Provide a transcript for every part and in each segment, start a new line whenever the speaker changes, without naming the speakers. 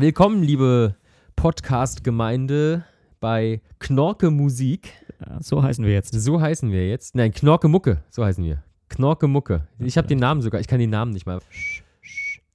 Willkommen, liebe Podcast-Gemeinde bei Knorke Musik.
Ja, so heißen wir jetzt.
So heißen wir jetzt. Nein, Knorke Mucke, so heißen wir. Knorke Mucke. Ich habe den Namen sogar, ich kann den Namen nicht mal.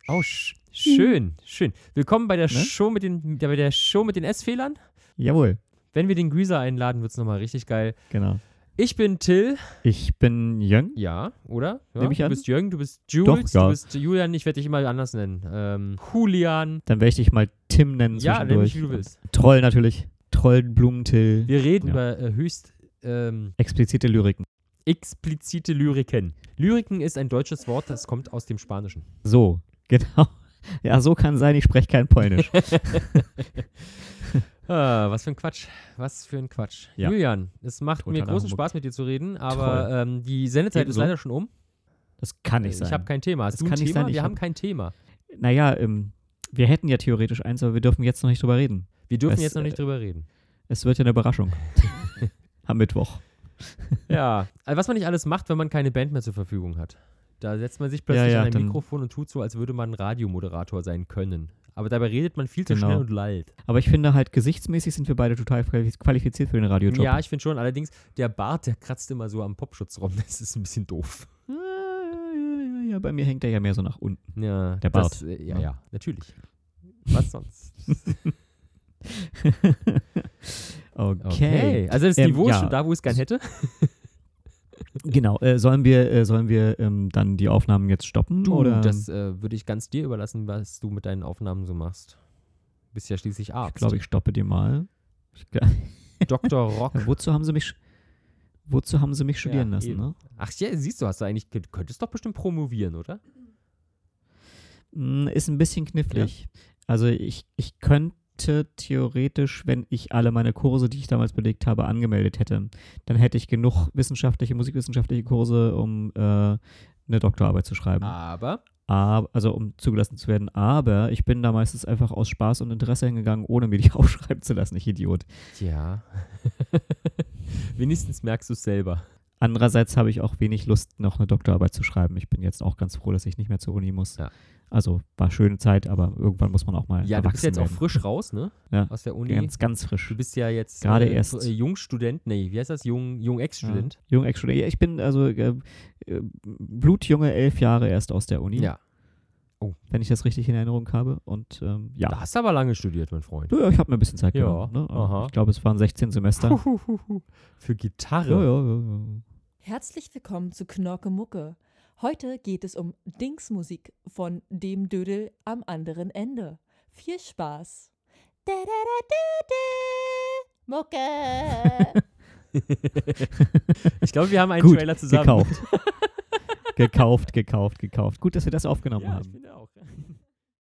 Oh, sch schön, schön. Willkommen bei der
Ne?
Show mit den mit der- bei der Show mit den S-Fehlern.
Jawohl,
Wenn wir den Grüßer einladen, wird's nochmal richtig geil.
genau.
Ich bin Till.
Ich bin Jön.
Ja, oder? Ja,
Nehm ich
Du
an.
bist Jürgen, du bist
Doch,
Jules, du
ja.
bist Julian, ich werde dich immer anders nennen. Ähm, Julian.
Dann werde ich dich mal Tim nennen
Ja, nenn
zwischendurch.
mich, wie du willst.
Troll natürlich. Troll, Blumentil,
Wir reden
Ja.
über äh, höchst ähm,
explizite Lyriken.
explizite Lyriken. Lyriken ist ein deutsches Wort, das kommt aus dem Spanischen.
So, genau. Ja, so kann sein, ich spreche kein Polnisch.
Ah, was für ein Quatsch. Was für ein Quatsch.
Ja.
Julian, es macht mir
Totaler
großen
Humbug.
Spaß, mit dir zu reden, aber ähm, die Sendezeit ist
Ebenso.
leider schon um.
Das kann nicht sein.
Ich habe kein Thema. Hast
Das
du ein
kann nicht
Thema?
sein, ich
Wir haben
hab-
kein Thema.
naja, ähm, wir hätten ja theoretisch eins, aber wir dürfen jetzt noch nicht drüber reden.
Wir dürfen
Es,
jetzt noch nicht
äh,
drüber reden.
Es wird ja eine Überraschung. Am Mittwoch.
Ja. Also was man nicht alles macht, wenn man keine Band mehr zur Verfügung hat. Da setzt man sich plötzlich
ja,
an ein
dann-
Mikrofon und tut so, als würde man Radiomoderator sein können. Aber dabei redet man viel zu
Genau.
schnell und lallt.
Aber ich finde halt, gesichtsmäßig sind wir beide total quali- qualifiziert für den Radiojob.
Ja, ich finde schon. Allerdings, der Bart, der kratzt immer so am Popschutz rum. Das ist ein bisschen doof.
ja, ja, bei mir hängt er ja mehr so nach unten.
Ja,
Der
Das,
Bart.
äh, ja,
Ja.
ja, natürlich. Was sonst?
Okay.
Okay. Also das
Ähm,
Niveau ist
ja.
schon da, wo es gern hätte.
Genau. Äh, sollen wir, äh, sollen wir ähm, dann die Aufnahmen jetzt stoppen? oder?
das äh, würde ich ganz dir überlassen, was du mit deinen Aufnahmen so machst. Bist ja schließlich
ich
Arzt.
glaube, ich stoppe die mal. Ich, gl-
Dr. Rock.
ja, wozu haben sie mich sch- Wozu haben sie mich studieren lassen,
eben.
ne?
Ach ja, siehst du, hast du eigentlich, du könntest doch bestimmt promovieren, oder?
Mm, Ist ein bisschen knifflig. Also ich, ich könnte theoretisch, wenn ich alle meine Kurse, die ich damals belegt habe, angemeldet hätte, dann hätte ich genug wissenschaftliche, musikwissenschaftliche Kurse, um äh, eine Doktorarbeit zu schreiben.
Ah, Aber
Ab- also um zugelassen zu werden, aber ich bin da meistens einfach aus Spaß und Interesse hingegangen, ohne mir die aufschreiben zu lassen, ich Idiot.
ja. Wenigstens merkst du es selber.
Andererseits habe ich auch wenig Lust, noch eine Doktorarbeit zu schreiben. Ich bin jetzt auch ganz froh, dass ich nicht mehr zur Uni muss.
Ja.
Also war schöne Zeit, aber irgendwann muss man auch mal
Ja, du bist
erwachsen
jetzt auch
werden.
frisch raus, ne?
Ja.
Aus der Uni.
Ganz, ganz
Du
frisch.
bist ja jetzt
Gerade erst.
Äh, Jungstudent, nee, wie heißt das? Jung, Jung Ex-Student.
Jung Ex-Student. Ja, ich bin also äh, äh, blutjunge elf Jahre erst aus der Uni, wenn ich das richtig in Erinnerung habe. Und ähm, ja.
Da hast du aber lange studiert, mein Freund.
ja, ich habe mir ein bisschen Zeit
Ja,
genommen. Ne?
aha.
Ich glaube, es waren 16 Semester.
Für Gitarre.
Ja, ja, ja, ja.
Herzlich willkommen zu Knorke Mucke. Heute geht es um Dingsmusik von dem Dödel am anderen Ende. Viel Spaß. Da, da, da, da, da. Mucke.
Ich glaube, wir haben einen
Gut,
Trailer zusammen.
Gekauft. gekauft, gekauft, gekauft. Gut, dass wir das aufgenommen
Ja, ich
haben.
finde auch.